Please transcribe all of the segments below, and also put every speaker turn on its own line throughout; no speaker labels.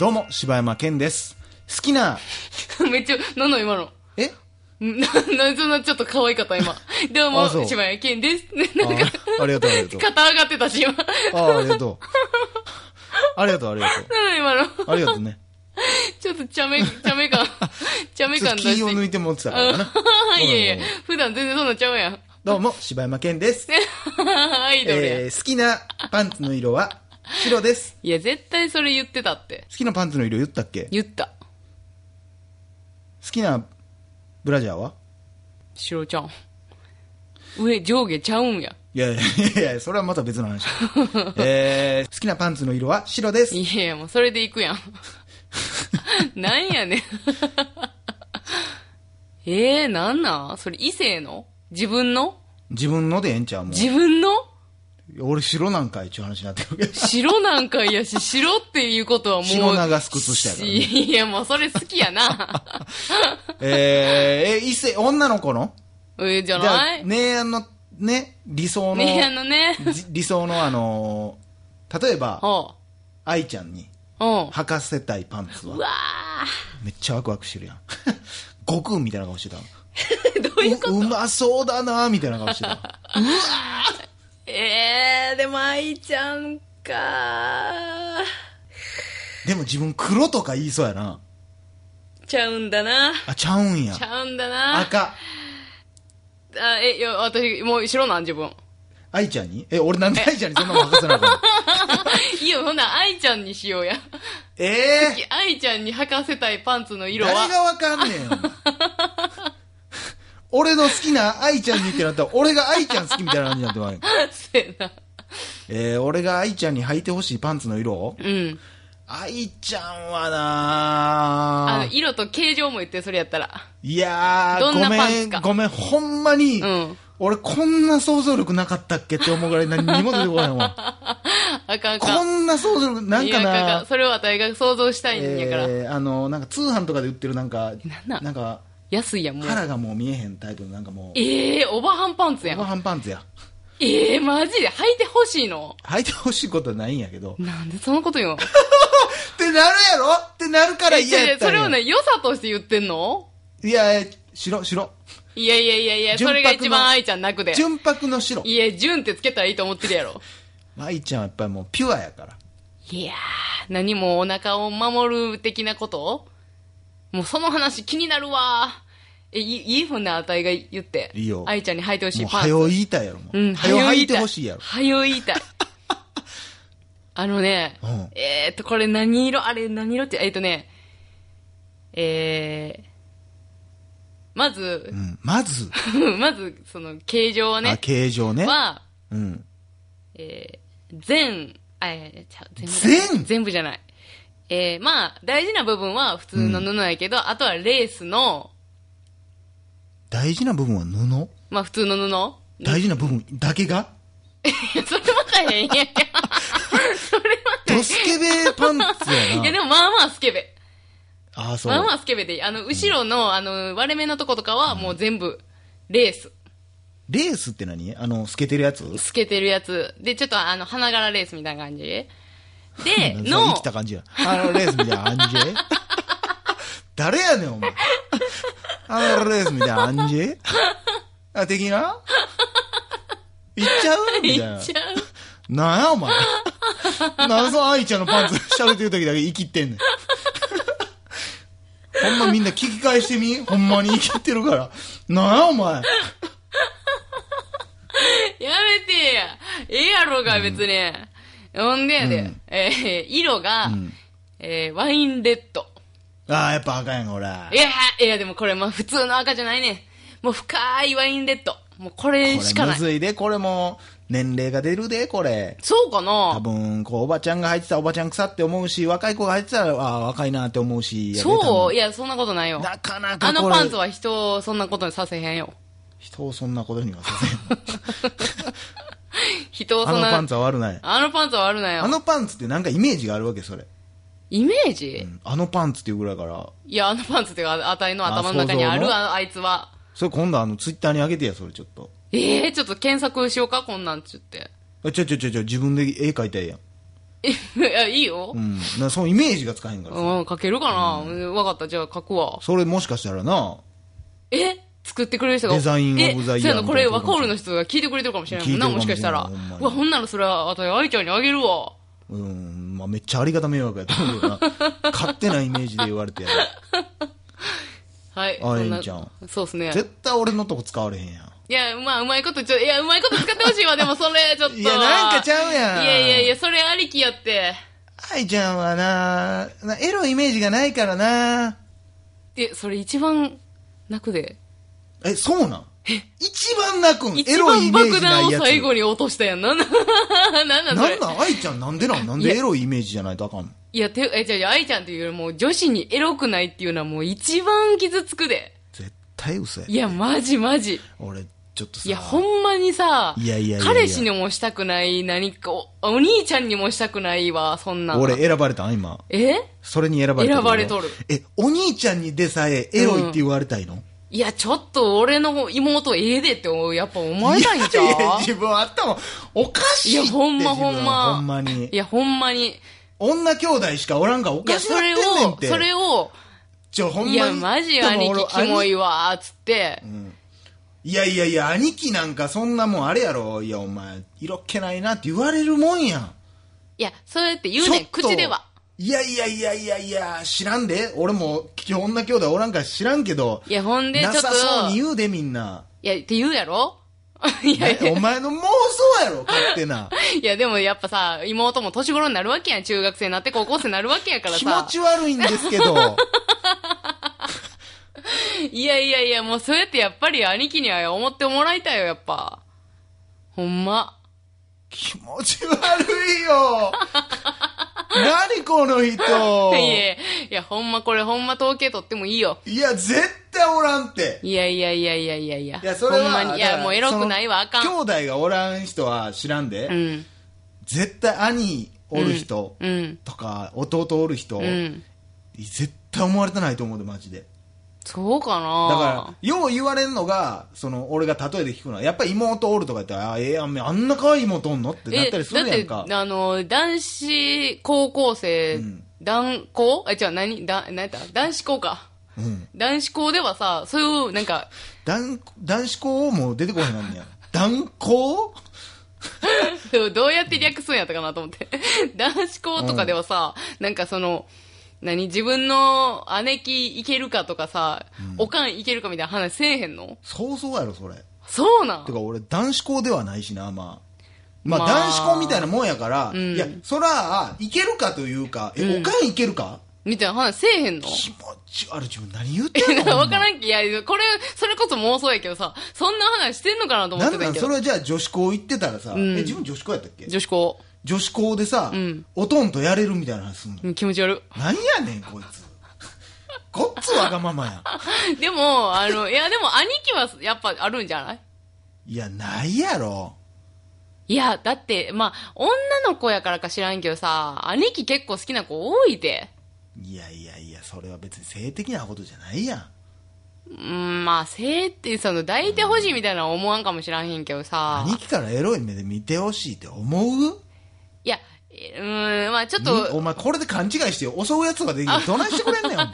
どうも、柴山健です。好きな、
めっちゃ、なんなん今の。
え
んな、なんそんなちょっと可愛かっ た今。どうも
あそう、
柴谷健です。ね
あ
なんか、
ありがとう、ありがとう。
肩上がってたし、今。なん
あありが とう。ありがとう、ありがと
なん今の。
う。ありがとう ね。
ちょっと茶目、茶 目感、茶目
ちょっ
感
と
出
気を
し
抜
て。
いて持ってたからな。う
いやい
ん
や、普段全然そんなんちゃうやん。
どうも、柴山健です。
アイドルや。
えー好きなパンツの色は白です。
いや、絶対それ言ってたって。
好きなパンツの色言ったっけ
言った。
好きなブラジャーは
白ちゃん。上、上下ちゃうんや。
いやいやいやいや、それはまた別の 話。えー好きなパンツの色は白です。
いやいや、もうそれで行くやん。なんやねん。えー、なんなんそれ異性の自分の
自分のでええんちゃうもん。
自分の
俺白なんかいっちゅう話になってるけど。
白なんかいやし、白っていうことはもう。
白長靴下やからね
いや、もうそれ好きやな。
えー、え、異性、女の子の
えー、じゃ
じゃ
な
あ、
いね
ねあの、ね、理想の、
え、あのね。
じ 理想のあのー例えば、
おう。
愛ちゃんに
おう。
履かせたいパンツ
う
は、
わ
めっちゃワクワクしてるやん。 悟空みたいな顔 してた。
ーどういうこと
ううまそうだなみたいな顔して た。
えー、でも愛ちゃんか
でも自分黒とか言いそうやな。
ちゃうんだな。
あ、ちゃうんや
ち。ゃうんだな。
赤。
あ、え、いや、私、もう白なん、自分。
愛ちゃんにえ、俺なんで愛ちゃんにそんなの履かせなあかった
いや、ほんなら、愛ちゃんにしようや。
ええ
愛ちゃんに履かせたいパンツの色は。
誰がわかんねえ よ。俺の好きな愛ちゃんにってなったら、俺が愛ちゃん好きみたいな感じになってまうよ。
せやな。
えー、俺が愛ちゃんに履いてほしいパンツの色
うん。
愛ちゃんは
あ
な
の、
ー
色と形状も言って、それやったら。
いやー、
どん
ご
なパン
めん
ツか、
ごめん、ほんまに、
うん
俺こんな想像力なかったっけって思うぐらい何にも出てこ ないもん。
あかんあか
こ
ん。
んな想像力、なん
い
か
やああ
な
それは私が想像したいんやから。
えー、あの、なんか通販とかで売ってるなんか、
なんなん
なんか、
安いやん、もう。
腹がもう見えへんタイプのなんかもう、
ええー、オバハンパンツや
ご
ん。
飯パンツや。
ええー、マジで履いてほしいの
履いてほしいことはないんやけど。
なんでそのこと言うの
ってなるやろってなるから
え
嫌や
違
っ
う
た
そ
ん
れ
や
をね、良さとして言ってんの
いや、白、白。
いやいやいやいや、
純白
それ
の
が一番愛ちゃん泣くで。
純白の白。
いや、純ってつけたらいいと思ってるやろ。
舞ちゃんはやっぱりもうピュアやから。
いやー、何もお腹を守る的なこともうその話気になるわー。え、いいいいふんなあたいが言って。
いいよ
愛ちゃんに履いてほし
も
いうパンツ。
早う言いたいやろ、もう。
うん、
早う
は
履
よ
いてほしいやろ。
はよ言いたい。 あのね、
うん
えーっと、これ何色あれ何色って、えーっとね、えー、まず
う、ん。まず、
まず、その、形状は
あ、
ね、
形状ね。
は、
うん。
えー全、あえーちゃう
全
全部全部じゃない。えーまあ、大事な部分は普通の布やけど、あとはレースの、
大事な部分は布
まあ普通の布。
大事な部分だけが
いやそれまたへんやん。それ
ドスケベパンツ
ま、いや
や
で
な。
もまあまあスケベ。
ああ、そう。
まあまあスケベでいい。あの、後ろの、あの、割れ目のとことかはもう全部、レース。
レースって何あの、透けてるやつ
透けてるやつ。で、ちょっとあの、花柄レースみたいな感じ。で、
そう
の
生き、た感じや。あのレースみたいな 感じ誰やねん、お前。あのレースみたいな感じあ、的 な行っちゃうみたい
い
な
っ。ちゃう。
なんや、お前。 なんでその愛ちゃんのパンツ喋ってる時だけ生きってんね ん。ほんまみんな聞き返してみほんまに生きってるから。なんや、お前。
やめてや。ええやろが、別に。ほんでやで、えー色が、えーワインレッド。
ああ、やっぱ赤やんか、俺。
いや、いや、でもこれ、まあ、普通の赤じゃないね。もう深いワインレッド。もうこれし
これ
か
む
ない。
ずいで、これも、年齢が出るで、これ。
そうか
多
な
分、こう、おばちゃんが入ってたらおばちゃん臭って思うし、若い子が入ってたら、ああ、若いなって思うし。やで
そういや、そんなことない
多
よ
分。なかなか
あ
こ
の
れ
パンツは人をそんなことにさせへ んよ。
人をそんなことにはさせん。
人を
あ
そ
の
んな、
パンツは悪ない。
あのパンツは悪な
あ
よ。
のパンツってなんかイメージがあるわけ、それ。
イメージ、
うんあのパンツっていうぐらいから。
いや、あのパンツっていうか、あたいの頭の中にあ
あ想
る、
像
ああいつは。
それ今度あの、ツイッターに上げてや、それちょっと。
ええちょっと検索しようか、こんなんちゅって。
あちょちょちょちょ、自分で絵描いたらええやん。
いや、いいよ
う。ん。なそのイメージがつかへんからさ。
うん、書けるかな、うんわかった、じゃあ書くわ。
それもしかしたらな、
え作ってくれる人が。
デザイン
え
オブザイヤー
そうやな、これ
みたいな
ワ
こと
コールの人が聞いてくれてるかもしれないもんな、
聞いてるか
も
も
し
し
か
れん
したら
ほんま。に
うわ、ほんならそれは、あたい、愛ちゃんにあげるわ。
うん、まあめっちゃありがた迷惑やと思うけど な。勝手なイメージで言われてやる。
はい。
あ
そな
愛ちゃん。
そうっすね。
絶対俺のとこ使われへんやん。
いや、まあ、うまいこと、ちょ、いや、うまいこと使ってほしいわ、でもそれ、ちょっと。
いや、なんかちゃうやん。
いやいやいや、それありきやって。
愛ちゃんはななエロいイメージがないからな
え、それ一番泣くで。
え、そうなん一番泣くんエ
一
ロい
番
イメー
爆
ジな
弾
い
を
やつ。
最後に落としたやん。なんな、 なんなんそ
な
れ
ん。なん愛ちゃんなんでなんなん
い
で
や
エロいイメージじゃないとあかんの
いや、て、え、じゃあじゃあ、愛ちゃんっていうよりも、女子にエロくないっていうのはもう一番傷つくで。
絶対嘘や
い。や、マジマジ。
俺、ちょっとさ。
いや、ほんまにさ、
いやいやいやいや
彼氏にもしたくない、何かお、お兄ちゃんにもしたくないわ、そんなん。
俺、選ばれたん今。
え
それに選ばれた
選ばれとる
え、お兄ちゃんにでさえエロいって言われたいの、
いや、ちょっと俺の妹ええでって、やっぱ思わないんちゃ
いやいや
う
自分あったもん。おかしい
い
って。
や、ほんま
自分
ほんま。
ほんまに
い。や、ほんまに。い
女兄弟しかおらんからおか
や、
しなっ
そ
て
れ
ん
を
ねんっ、て。
それを、
ちょ、ほんま
い
に。
や、マジ兄貴キモいわ、つって。
いやいやいや、兄貴なんかそんなもんあれやろ。いや、お前、色っ気ないなって言われるもんやん。
いや、そうやって言うねん、
ちょっと
口では。。
いやいやいやいやいや、知らんで。俺も、基本女兄弟おらんから知らんけど。
いや、ほんで、ちょ
な
っと
さ、そうに言うで、みんな。
いや、って言うやろ いやい
ね
や
お、前の妄想やろ、勝手な。
いや、でもやっぱさ、妹も年頃になるわけやん。中学生になって高校生になるわけやから
気持
さ。
ち悪いんですけど。
いやいやいや、もうそうやってやっぱり兄貴には思ってもらいたいよ、やっぱ。ほんま。
気持ち悪いよ。何この人
い。やいや、ほんまこれほんま統計取ってもいいよ。
いや、絶対おらんって。
いやいやいやいやいやいや。
いや、それは。
ほんまに。い
だか
や、
ら
もうエロくないわ、あか
そ
ん。
の兄弟がおらん人は知らんで。
うん。
絶対兄おる人
うん。
とか、弟おる人、
うん。
絶対思われてないと思うで、マジで。
そうか
だ
な
から、よう言われるのが、その、俺が例えで聞くのは、やっぱ妹おるとか言ったら、あーええやん、あんな可愛い妹おんのってなったりするやん
だ
か
っ。て、あの、男子高校生、
ん
男校え、違う、何だ、何やった男子校か。
うん。
男子校ではさ、そういう、なんか、
男、男子校も出てこへんなんねや。男校
どうやって略すんやったかなと思って。 男子校とかではさ、なんかその、何自分の姉貴いけるかとかさ、おかんいけるかみたいな話せえへんの
そうそうやろ、それ。
そうなん
てか、俺、男子校ではないしな、まあ。まあ、
まあ
男子校みたいなもんやから、
ん
いや、そら、いけるかというか、え、
う
お
ん
かんいけるか
みたいな話せえへんの
気持ち悪い、自分何言ってんの
いや
ほ
わ
んま
からんけ、いや、これ、それこそ妄想やけどさ、そんな話してんのかなと思っ
な
て
ん
たん
な
や
ん
け
そ
ど
れ。はじゃあ女子校行ってたらさ、
うん
え自分女子校やったっけ
女子校。
女子校でさ、
うん
おとんとやれるみたいな話すんの
うん気持ち悪
なんやねんこいつこっつわがままやん
い。 でも、あの、いや、でも兄貴はやっぱあるんじゃない
いやないやろ
いや、だって、まあ、女の子やからか知らんけどさ、兄貴結構好きな子多いで。
いやいやいやそれは別に性的なことじゃないやん
うん、まあ、性って、その、抱いてほしいみたいなのは思わんかもしらんへんけどさ。
兄貴からエロい目で見てほしいって思う
いや、えうーん、まあ、ちょっ
にお
と、
前これで勘違いして襲うやつができるどないしてくれんねんお前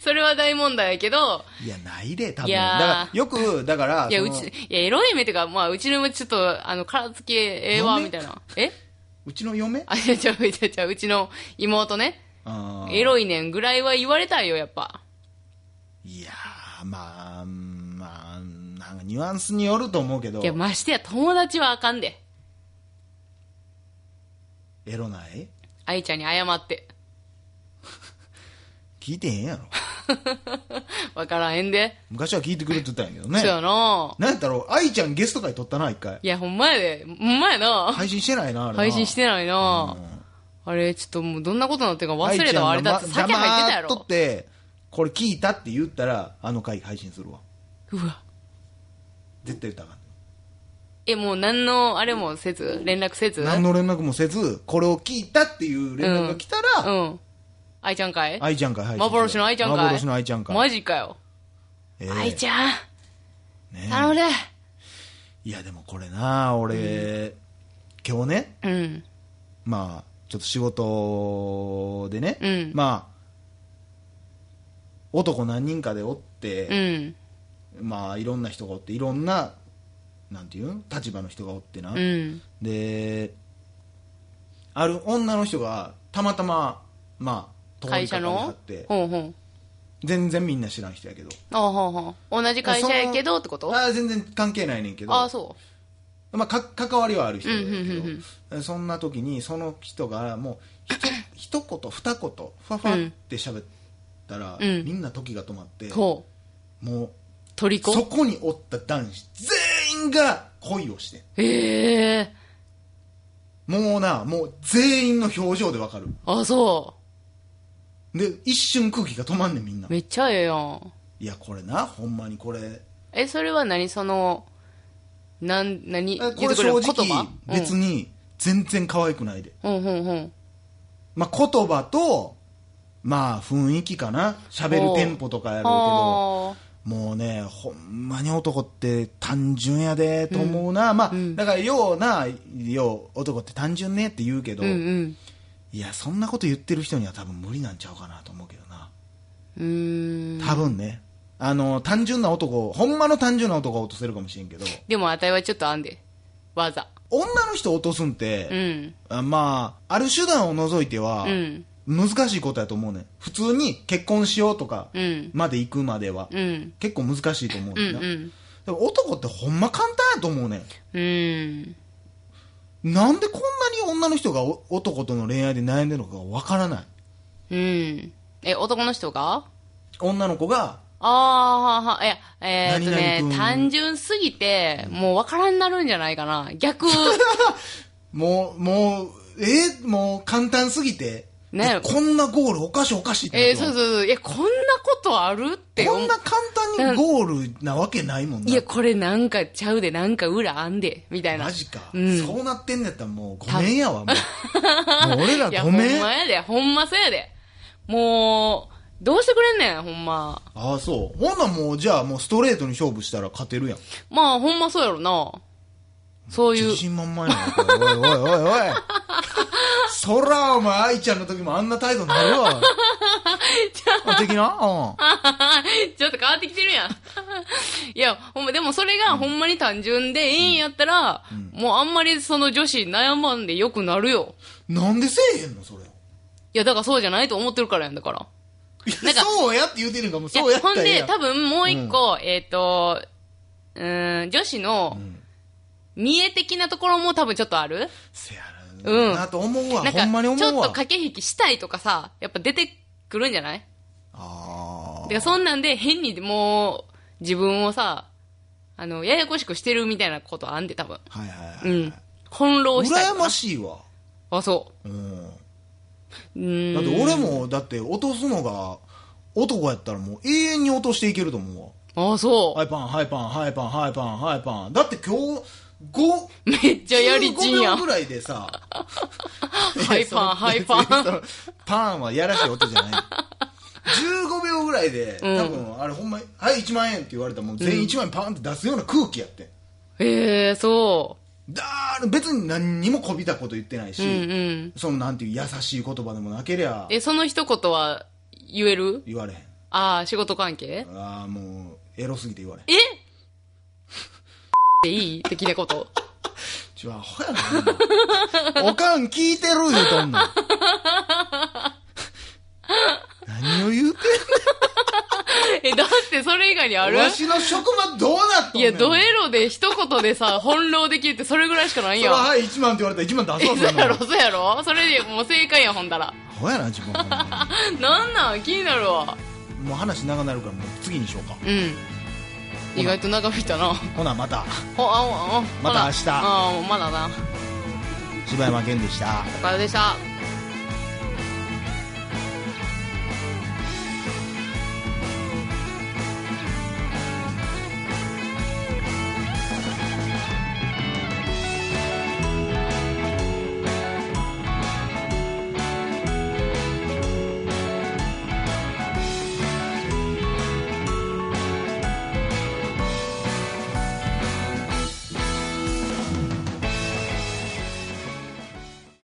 それは大問題やけど、
いやないで多分
い
だ
やー
からよくだから
いや、
そうの
ち、いや、エロい目っていうか、まあ、うちの、ちょっと、あの、殻付きええわ、
嫁
みたいな。え
うちの嫁
あ、ちゃちゃちゃちゃうちの妹ね。エ
い
ロいねんぐらいは言われたいよ、やっぱ。
いやーまあまあなんかニュアンスによると思うけど
いや、ましてや、友達はあかんで。
エロない
愛ちゃんに謝って。
聞いてへんやろ
わからへんで。
昔は聞いてくれてたんやけどね
そうやな
なんやったろう愛ちゃんゲスト会撮ったな一回
いや、ほんまやで。ほんまやな
配信してないなあれな
配信してないなあれ、ちょっともうどんなことになってるか忘れたわ。あれ
愛ちゃん
だ
が
って酒入ってたや
黙っとっ
ろ。
てこれ聞いたって言ったらあの回配信するわ
うわ。
絶対言ったらあかん
え、もう何の、あれもせず連絡せず
何の連絡もせずこれを聞いたっていう連絡が来た
う
ら、
ん。愛ちゃんかい
愛ちゃん会配信する
幻の愛ちゃんかい
幻の愛ちゃん会
マジかよ。
ええ
愛ちゃん、
ね
頼むで。
いやでもこれな俺、今日ね
うん。
まあちょっと仕事でね、
うん
まあ男何人かでおって、
うん。
まあいろんな人がおっていろんななんていうん立場の人がおってな、
うん。
である女の人がたまたままあ通り
会社
かかりはっ
の
て
ほうほう。
全然みんな知らん人やけど
ああ、ほうほう。同じ会社やけどってことあ
ああ全然関係ないねんけど
あ、そ
まあ、か関わりはある人だけど、
うんうんうん
そんな時にその人がもうひ と一言二言ふわふわって喋ったら、
うん
みんな時が止まって
う。、ほう。
もう
トリ
そ
コ
こにおった男子全員が恋をしてん
ええ
もうなもう全員の表情でわかる
あ、そ
で一瞬空気が止まんねんみんな
う。めっちゃええやん。
いやこれなほんまにこれ
え、それは何その、なん、何
こ
言う
れ
てくれ
正直
る言葉
別に全然可愛くないで、
うん、うん、うんうん。
まあ、言葉とまあ雰囲気かな喋るテンポとかやろうけど
あ
もうね、ほんまに男って単純やでと思うな、まあ、
うん
だから、ような、よう、男って単純ねって言うけ
ー
ど、
うん、
いや、そんなこと言ってる人には多分無理なんちゃうかなと思うけどな、
うん。うーん。
多分ね、あの単純な男、ほんまの単純な男は落とせるかもしれんけど、
でも、あたいはちょっとあんで。わざ。
女の人落とすんっ
う
て、
ん。
あまあ、ある手段を除いては
う、ん。
難しいことやと思うね、普通に結婚しようとか
うん。
まで行くまでは、
うん。
結構難しいと思う
う
ねん
ん。
な、
うん。
でも男ってほんま簡単やと思うねん。
うん。
なんでこんなに女の人がお男との恋愛で悩んでるのかがわからない
うん。え、男の人が
女の子が
ああ、いや、えーっと
何
ね
々君、
単純すぎて、もう分からんなるんじゃないかな。逆、
もうもうえーもう簡単すぎて、
ね
こんなゴールおかしいおかしいって
え
な
ー、
ってま
そう
す
そうそう、いや、こんなことあるって
こんな簡単にゴールなわけないもんない
や、これなんかちゃうで、なんか裏あんで、みたいな。
マジか、
うん
そうなってんだったらもうごめんやわもうもう俺ら
いや、
ご
ほんま
めんあ
やで、ほんまそうやで。もう、どうしてくれんねん、ほんま。
あーそうほんなんもうじゃあもうストレートに勝負したら勝てるやん
まあ、ほんまそうやろな。そういう
自。信満々やなこれおいおいおいおいそらお前愛ちゃんの時もあんな態度になる わあ的なうん
ちょっと変わってきてるやん。 いや、ほんま、でもそれがほんまに単純でええんやったら、もうあんまりその女子悩まんでよくなるよ。
なんでせえへんのそれ
いや、だからそうじゃないと思ってるからやんだから。なんか
そうやって言うてるんかもう
いや
そうやった
ほん
らええ
で、
やん
多分もう一個、えっ、と、うーん、女子の、
ん
見栄的なところも多分ちょっとある
せや
うん
ななと思うわ、
なん
ほんまに
か、ち
思
ょっ
う
と
わ
駆け引きしたいとかさ、やっぱ出てくるんじゃない
あ
てか、そんなんで変にもう、自分をさ、あの、ややこしくしてるみたいなことあんで、多分。
あはいはいは
う
い、
ん。翻弄したいと
羨
か。
ましいわ、
あ、そ
うん、だ
う。うーん。
って俺もだって落とすのが男やったらもう永遠に落としていけると思うわ
あ、そ
ハイパンハイパンハイパンハイパンハイパンだって今日5
う。めっちゃやりちんや
15秒
ん
ぐ。らいでさ
ハイパン、ハイパン。
その パンはやらしい音じゃない15秒ぐらいで、
うん
多分あれほんまに「はい1万円」って言われたらもう全員1万円パンって出すような空気やってん
へえ、そ
だー別に何にもこびたこと言ってないし、
う。うんうん。
そのなんていう優しい言葉でもなけりゃ
え、その一言は言える
言われへん
ああ、仕事関係
ああもうエロすぎて言われへん
え でいい的なこと。
ちゅうアホやな おかん聞いてる言うとんの何を言うてん
え、だってそれ以外にあ
の
る
わしの職場どうなっとん
い
ね
や、
ん
ドエロで一言でさ、翻弄できるってそれぐらいしかない
そ
や
ら
ん。
はい1万って言われたら1万出
え、
そう
そう
ぜ
やろ、そうやろそれでもう正解やん、ほんだら。
アホやな自分ほんま
なんなん気になるわ。
にもう話長なるからもう次にしようか
うん。意外と長引いたな。
ほなまた
お、あ、お、あ、
また明日
ああ、まだな。
柴山健でした
おかよでした。